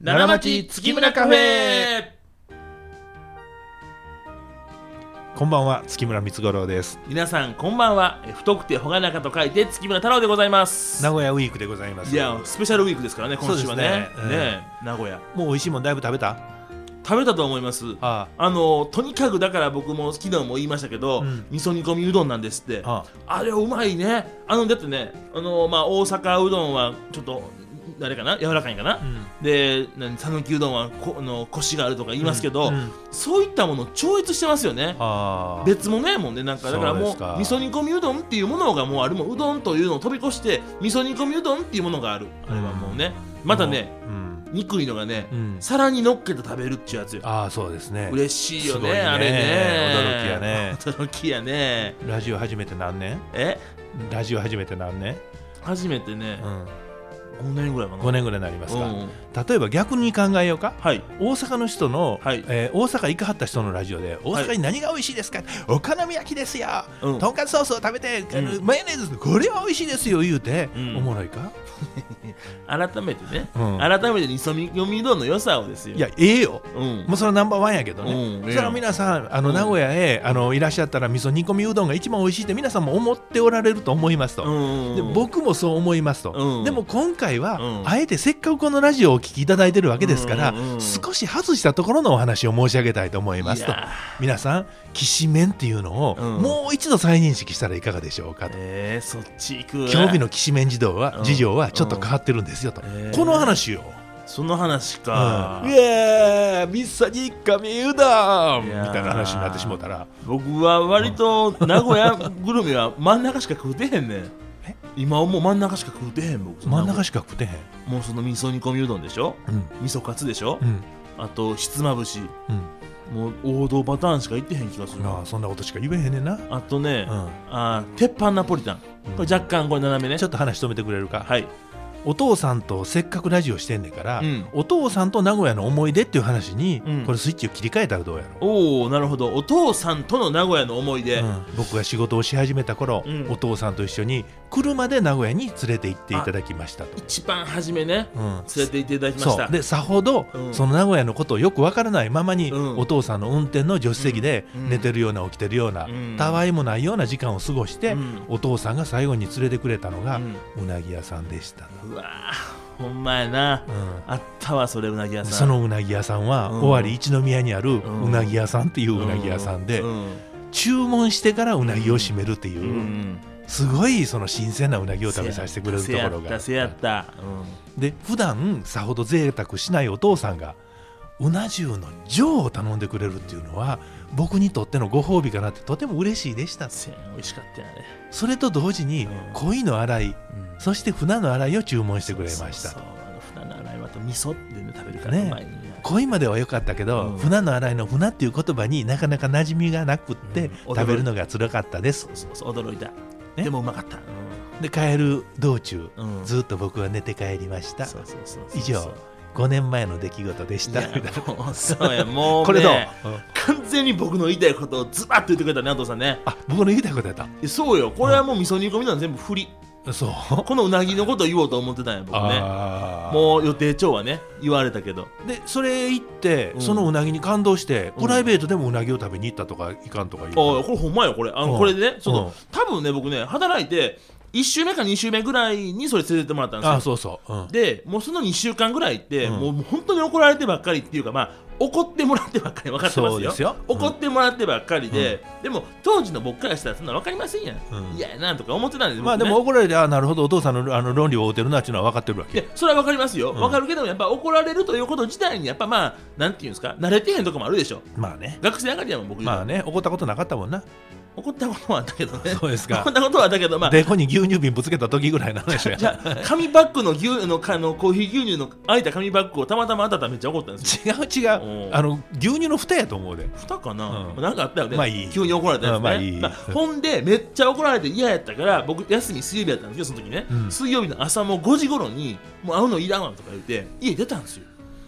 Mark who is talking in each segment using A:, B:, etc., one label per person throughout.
A: 奈良町月村カフェ
B: こんばんは月村光五郎です
A: 皆さんこんばんはえ太くて朗らかと書いて月村太郎でございます
B: 名古屋ウィークでございます
A: いやスペシャルウィークですからね今週はねね
B: そうですねうん
A: え名古屋
B: もう美味しいもんだいぶ食べた
A: 食べたと思います
B: あ
A: あのとにかくだから僕も昨日も言いましたけど、
B: うん
A: 味噌煮込みうどんなんですってあ
B: あ
A: れうまいねあのだってねあの、まあ、大阪うどんはちょっとあれかな柔らかいんかな、
B: うん
A: で何讃岐うどんはこあのコシがあるとか言いますけど、
B: うんうん
A: そういったものを超越してますよね
B: あ
A: 別もねもんねなんかだから
B: そう
A: も
B: で
A: う
B: すか
A: 味噌煮込みうどんっていうものがもうあるもううどんというのを飛び越して味噌煮込みうどんっていうものがあるあれはもうねまたね
B: うん、
A: 憎いのがね、
B: うん
A: 皿に乗っけて食べるっちゅうやつよ
B: ああそうですね
A: 嬉しいよ
B: すご
A: ね
B: いね
A: あれ
B: 驚
A: ね
B: きやね
A: 驚きやね
B: ラジオ始めて何年
A: え
B: ラジオ始めて何年、
A: 初めてね
B: う、ん、
A: 5年ぐらいかな
B: 5年ぐらいになりますか、
A: うんうん
B: 例えば逆に考えようか
A: はい
B: 大阪の人の、
A: はい
B: えー大阪行かはった人のラジオで大阪に何が美味しいですか、お好み焼きですよ、
A: うん
B: とんかつソースを食べて、あの
A: うん
B: マヨネーズですこれは美味しいですよ言うて、
A: うん
B: おもろいか
A: 改めてね、
B: うん
A: 改めて味噌煮込みうどんの良さをですよ
B: いやええよ
A: うん
B: もうそれはナンバーワンやけどね、
A: うん
B: それは皆さんあの
A: うん
B: 名古屋へ、あのいらっしゃったら味噌煮込みうどんが一番美味しいって皆さんも思っておられると思いますと、
A: うん
B: で僕もそう思いますと、
A: うん
B: でも今回は、
A: うん
B: あえてせっかくこのラジオをお聞きいただいてるわけですから、
A: うんうんうん
B: 少し外したところのお話を申し上げたいと思います
A: い
B: と
A: や
B: 皆さんきしめんっていうのを、
A: うん
B: もう一度再認識したらいかがでしょうかと。
A: えー、そっち行く
B: 今日のきしめん事情は、
A: うん
B: 事情はちょっと変わってるんですよと、
A: うん
B: この話よ、
A: その話か、
B: うん、いやー味噌煮込みうどん
A: い
B: み
A: やー
B: たいな話になってしもうたら
A: 僕は割と名古屋グルメは真ん中しか食うてへんねん
B: え
A: 今はもう真ん中しか食うてへん僕
B: 真ん中
A: し
B: しか食ってへん
A: もうその味噌煮込みうどんでしょ
B: うん
A: 味噌カツでしょ、
B: うん
A: あとひつまぶし
B: うん
A: もう王道パターンしか行ってへん気がする
B: な
A: な
B: あそんなことしか言えへんねんな、
A: あとね、
B: うん
A: あー鉄板ナポリタンこれ若干これ斜めね
B: ちょっと話止めてくれるか、
A: はい
B: お父さんとせっかくラジオしてんねんから、
A: うん
B: お父さんと名古屋の思い出っていう話に、
A: うん
B: これスイッチを切り替えたらどうやろ
A: おおなるほどお父さんとの名古屋の思い出、
B: う、うん僕が仕事をし始めた頃、
A: うん
B: お父さんと一緒に車で名古屋に連れて行っていただきましたと。
A: 一番初めね
B: うん
A: 連れて行っていただきまし
B: そ
A: た
B: うでさほど、
A: うん
B: その名古屋のことをよくわからないままに、
A: うん
B: お父さんの運転の助手席で、
A: うん
B: 寝てるような起きてるような、
A: うん
B: たわいもないような時間を過ごして、
A: うん
B: お父さんが最後に連れてくれたのが、う
A: う
B: んなぎ屋さんでした、
A: うわーほんまやな、
B: うん、
A: あったわそれうなぎ屋さん
B: そのうなぎ屋さんは、
A: うん
B: 尾張一宮にある
A: ん
B: うなぎ屋さんっていううなぎ屋さんで、
A: ううん
B: 注文してからうなぎを締めるっていう、
A: うん
B: すごいその新鮮なうなぎを食べさせてくれるところが
A: せやったせやった、
B: で普段さほど贅沢しないお父さんがうな重の上を頼んでくれるっていうのは僕にとってのご褒美かなってとても嬉しいでした
A: せや美味しかったよね
B: それと同時に
A: うん
B: 鯉の洗いそして船の洗いを注文してくれまし
A: そ
B: た
A: うそうあの船の洗いはと味噌っていうの食べるから
B: ね
A: うまいね
B: 恋までは良かったけど、
A: うん
B: 船の洗いの船っていう言葉になかなか馴染みがなくって、
A: うん
B: 食べるのが辛かったです
A: そうそうそう驚いた、でもうまかった、
B: で帰る道中、
A: うんうん
B: ずっと僕は寝て帰りました
A: そうそうそうそう
B: 以上5年前の出来事でし
A: い
B: た
A: やもう そうやもう、ね、
B: これどう、
A: 完全に僕の言いたいことをズバッと言ってくれたね安藤さんね
B: あ僕の言いたいことやっ
A: いやそうよこれはもう味噌煮込みなん全部振り
B: たそう
A: このうなぎのことを言おうと思ってたんや僕ね
B: あー
A: もう予定調はね言われたけど
B: でそれ行って、
A: うん
B: そのうなぎに感動して、
A: うん
B: プライベートでもうなぎを食べに行ったとかいかんとか言う
A: ああこれほんまよこれあの、
B: うん
A: これでねその、
B: うん
A: 多分ね僕ね働いて1週目か2週目ぐらいにそれ連れてってもらったんですよ
B: あそうそう、うん、
A: でもうその2週間ぐらいって、
B: うん
A: もうもう本当に怒られてばっかりっていうかまあ怒ってもらってばっかり分かってます
B: そうで
A: よ
B: すよ
A: 怒ってもらってばっかりで、でも当時の僕からしたらそんな分かりませんやん
B: うん
A: 嫌、やなとか思ってたんです
B: まあでも
A: 僕ね
B: 怒られてあなるほどお父さんのあの論理を追うてるなっていうのは分かってるわ
A: い
B: け
A: やそれは分かりますよ、
B: うん
A: 分かるけどもやっぱ怒られるということ自体にやっぱまあなんていうんですか慣れてへんとこもあるでしょ
B: まあね
A: 学生上がりやもん僕、
B: まあね怒ったことなかったもんな
A: 怒ったことはあったけどね
B: そうですか
A: 怒ったことはあったけどまあ
B: でこに牛乳瓶ぶつけた時ぐらいの話や
A: じゃあ紙バッグの牛あのかあのコーヒー牛乳の空いた紙バッグをたまたま当たったらめっちゃ怒ったんですよ。
B: 違う違
A: お
B: う
A: う
B: あの牛乳の蓋やと思うで
A: ふたかな、
B: うん
A: なんかあったよね、
B: まあいい
A: 急に怒られたやつね、
B: うんまあいい
A: ほんでめっちゃ怒られて嫌やったから僕休み水曜日やったんですけどその時ね、
B: うん
A: 水曜日の朝もう5時頃にもう会うのいらんわとか言って家出たんですよ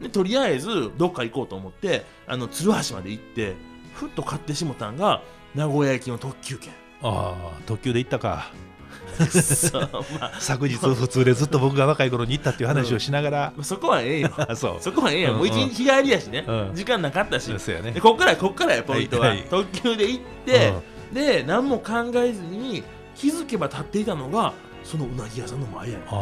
A: でとりあえずどっか行こうと思ってあの鶴橋まで行って ふっと買ってしもたんが名古屋行きの特急券
B: ああ特急で行ったか
A: そうまあ
B: 昨日普通でずっと僕が若い頃に行ったっていう話をしながら、
A: まあそこはええよ
B: あ そう
A: そこはええやん、もう一日日帰りやしね、
B: うん
A: 時間なかったし、
B: そうやね
A: でこっからこっからやポイントは、
B: はいはい
A: 特急で行って、で何も考えずに気づけば立っていたのがそのうなぎ屋さんの前やねん
B: ああ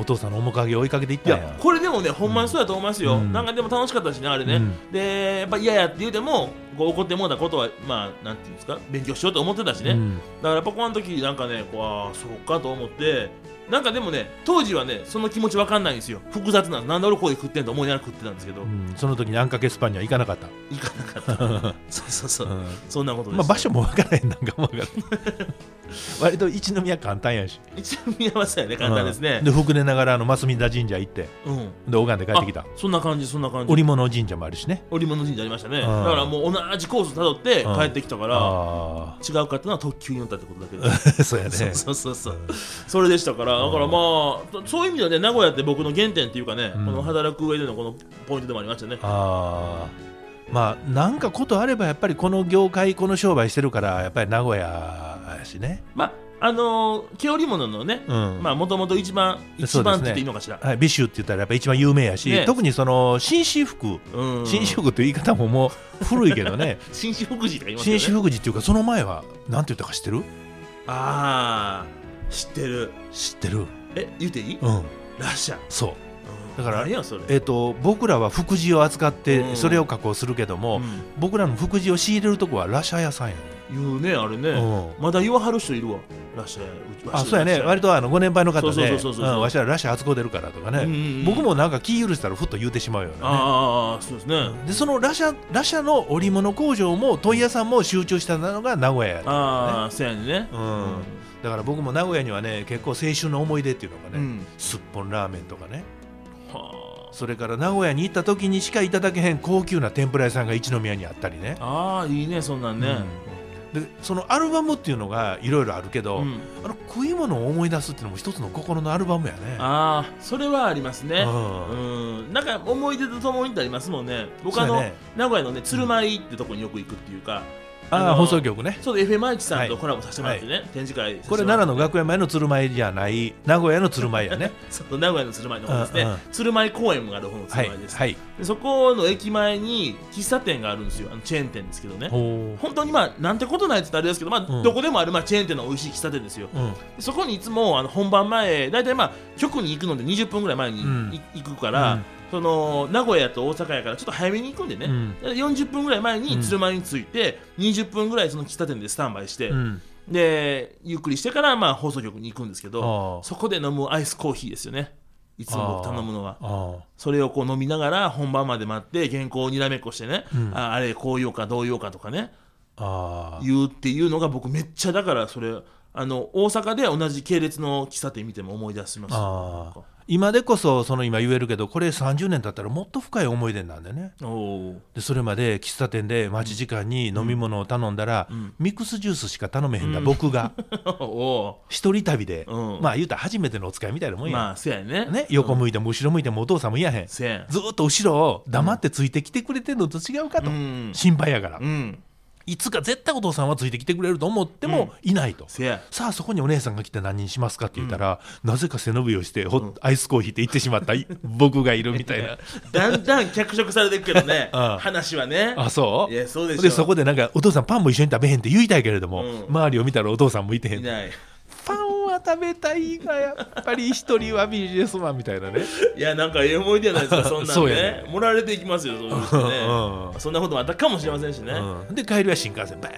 B: お父さんの面影を追いかけていっ
A: い
B: たん
A: や
B: や
A: これでもねほんまにそうやと思いますよ、
B: うん
A: なんかでも楽しかったしねあれね、
B: うん
A: でやっぱ嫌やって言うてもこう怒ってもうたことはまあなんていうんですか勉強しようと思ってたしね、
B: うん
A: だからやっぱこの時なんかねこうああそうかと思ってなんかでもね当時はねその気持ちわかんないんですよ複雑なんですなんで俺こうで食ってんと思いながら食ってたんですけど、
B: うんその時にあんかけスパンには行かなかった、
A: 行かなかったそうそうそう、
B: うん
A: そんなことです、
B: まあ、場所も分からへんなんかも分からへん 割と一宮簡単やし
A: 一応見合わせやね簡単ですね
B: うんで福根ながらあの増田神社行って
A: うん、
B: で拝んで帰ってきた
A: あそんな感じそんな感じ
B: 織物神社もあるしね
A: 織物神社ありましたね
B: う
A: だ
B: ん
A: からもう同じコースたどって
B: うん
A: 帰ってきたから
B: あ
A: 違うかったのは特急に乗ったってことだけど
B: あ そうやね
A: そうそうそうそう
B: うん
A: それでしたから
B: うん
A: だからまあそういう意味ではね名古屋って僕の原点っていうかね
B: う
A: こ
B: ん
A: の働く上でのこのポイントでもありましたね
B: ああまあなんかことあればやっぱりこの業界この商売してるからやっぱり名古屋やしね、
A: まああのー毛織物のね
B: うん
A: まあもともと一番
B: そ
A: 一
B: うで
A: 番
B: すね
A: って言っていいのかしら
B: はい、美酒って言ったらやっぱ一番有名やし、
A: ね
B: 特にその紳士服
A: うん
B: 紳士服という言い方もも う古いけどね
A: 紳士福祉とか言いますよ
B: 紳
A: ね
B: 士服寺っていうかその前はなんて言ったか知ってる
A: ああ知ってる
B: 知ってる
A: え言っていい
B: うん
A: ラシャ
B: そう
A: うん
B: だから
A: 何やそれ
B: えっ、と僕らは福地を扱っ
A: う
B: て
A: ん
B: それを加工するけども、
A: うん
B: 僕らの福地を仕入れるとこはラシャ屋さんやね、
A: 言うねあれね、
B: うん
A: まだ言わはる人いるわらっしゃい
B: あそうやね割とあのご年配の方
A: そうそう
B: ね
A: そうそう
B: う
A: そうん
B: わしらラシャ扱うてるからとかね、僕
A: 僕も
B: もなんか気許したらふっと言うてしまうようなね
A: ああそうですね
B: でそのラシャラシャの織物工場も問屋さんも集中したのが名古屋やった
A: ああそうやね
B: うんだから僕も名古屋にはね結構青春の思い出っていうのがね、
A: うん
B: すっぽんラーメンとかね
A: は
B: それから名古屋に行った時にしかいただけへん高級な天ぷら屋さんが一宮にあったりね
A: ああーいいねそんなん
B: う
A: ね
B: んでそのアルバムっていうのがいろいろあるけど、
A: うん
B: あの食い物を思い出すっていうのも一つの心のアルバムやね
A: ああそれはありますね
B: うん
A: うんなんか思い出とともにってありますもんね僕
B: そう
A: あ
B: や
A: の
B: ね
A: 名古屋のね鶴舞ってとこによく行くっていうか
B: あ
A: あの
B: 放送局ね
A: ちょっと FM イチさんとコラボさせてもらってね展示会させて
B: これ
A: もらって
B: 奈良の学園前の鶴舞じゃない名古屋の鶴舞や ね
A: そう名古屋の鶴舞の方ですね、
B: うんうん
A: 鶴舞公園がある方の
B: は
A: 鶴
B: い
A: 舞です、
B: はい
A: でそこの駅前に喫茶店があるんですよあのチェーン店ですけどね
B: ほう
A: 本当にまあなんてことないって言ったらあれですけど、まあ
B: うん
A: どこでもあるまあチェーン店の美味しい喫茶店ですよ
B: うん
A: そこにいつもあの本番前大体まあ局に行くので20分ぐらい前にい、
B: うん
A: 行くから、
B: うん
A: その名古屋と大阪やからちょっと早めに行くんでね、
B: うん
A: だから40分ぐらい前
B: う
A: に
B: ん
A: 鶴舞に着いて、20分ぐらいその喫茶店でスタンバイして、
B: うん
A: でゆっくりしてからまあ放送局に行くんですけど
B: あ
A: そこで飲むアイスコーヒーですよねいつも僕頼むのは
B: ああ
A: それをこう飲みながら本番まで待って原稿をにらめっこしてね、
B: うん
A: ああれこう言おうかどう言おうかとかね
B: ああ
A: 言うっていうのが僕めっちゃだからそれあの大阪で同じ系列の喫茶店見ても思い出します
B: ああ今でこそその今言えるけどこれ30年経ったらもっと深い思い出なんだよね
A: おおー
B: でそれまで喫茶店で待ち時間に飲み物を頼んだら、
A: うん
B: ミックスジュースしか頼めへんだ、
A: うん
B: 僕が
A: お
B: 一人旅で、
A: うん
B: まあ言うたら初めてのお使いみたいなもん
A: ー
B: や、
A: まあせやね
B: ね、横
A: うん
B: 向いても後ろ向いてもお父さんもいやへん、
A: せや
B: ずーっと後ろを黙ってついてきてくれてるのと違うかと、
A: うん
B: 心配やから、
A: うん
B: いつか絶対お父さんはついてきてくれると思ってもいないと、
A: せや
B: さあそこにお姉さんが来て何にしますかって言ったら、なぜか背伸びをしてホッアイスコーヒーって言ってしまったい僕がいるみ たいな
A: だんだん脚色されていくけど ね
B: うん
A: 話はね
B: あそう
A: いやそうでしょ
B: でそこでなんかお父さんパンも一緒に食べへんって言いたいけれども、
A: うん
B: 周りを見たらお父さんもいてへ
A: い
B: ん
A: ない
B: パンは食べたいがやっぱり一人はビジネスマンみたい なね
A: いやなんかええ思い出やないですかそんなん
B: そう
A: ね
B: やね
A: 盛られていきますよそういう人ね
B: うんうん
A: そんなこともあったかもしれませんしね、
B: うん、で帰りは新幹線バー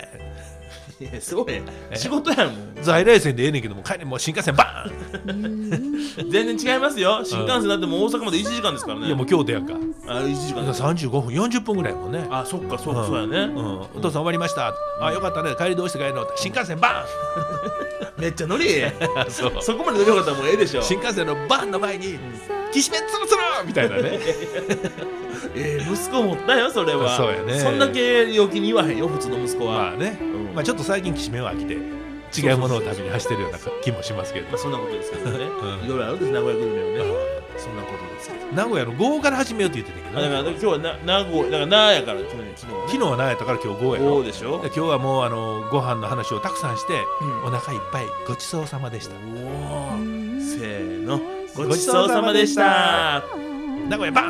A: いやそうや仕事やもん
B: ン在来線でええねんけども帰りもう新幹線バーン
A: 全然違いますよ新幹線だってもう大阪まで1時間ですからね
B: いやもう京都やんか
A: あ1時間です
B: 35分40分ぐらいもんね
A: あそっかそっ
B: う
A: か
B: ん
A: そうや
B: うん
A: ね
B: お父さん終わりました、あよかったね帰りどうして帰るの新幹線バ
A: めっちゃ乗りええ
B: ーン そう
A: そこまで乗りよかったらもうええでしょ
B: 新幹線のバーンの前にきしめんつるつるみたいなね
A: ええ息子もったよそれは
B: そうやね
A: そんだけ陽気に言わへんよ普通の息子
B: ま
A: は
B: あね、
A: うん
B: まあ、ちょっと最近きしめんは飽きて違うものを食べに走ってるような気もしますけど
A: まあそんなことですけどね
B: うん
A: いろいろあるんです名古屋グルメをねそんなことですけど
B: 名古屋の5から始めようって言ってたけど
A: あだから今日はな名古屋だからなやから去年昨日
B: 昨日は何やったから今日5や
A: ね
B: ろ
A: うでしょ
B: で今日はもうあのご飯の話をたくさんして
A: うん
B: お腹いっぱいごちそうさまでした
A: おおせーの
C: ご
A: ごちそうさまでした
B: 名
C: 名古
B: 古
C: 屋
B: 屋バ
C: バー
B: ーン
C: ン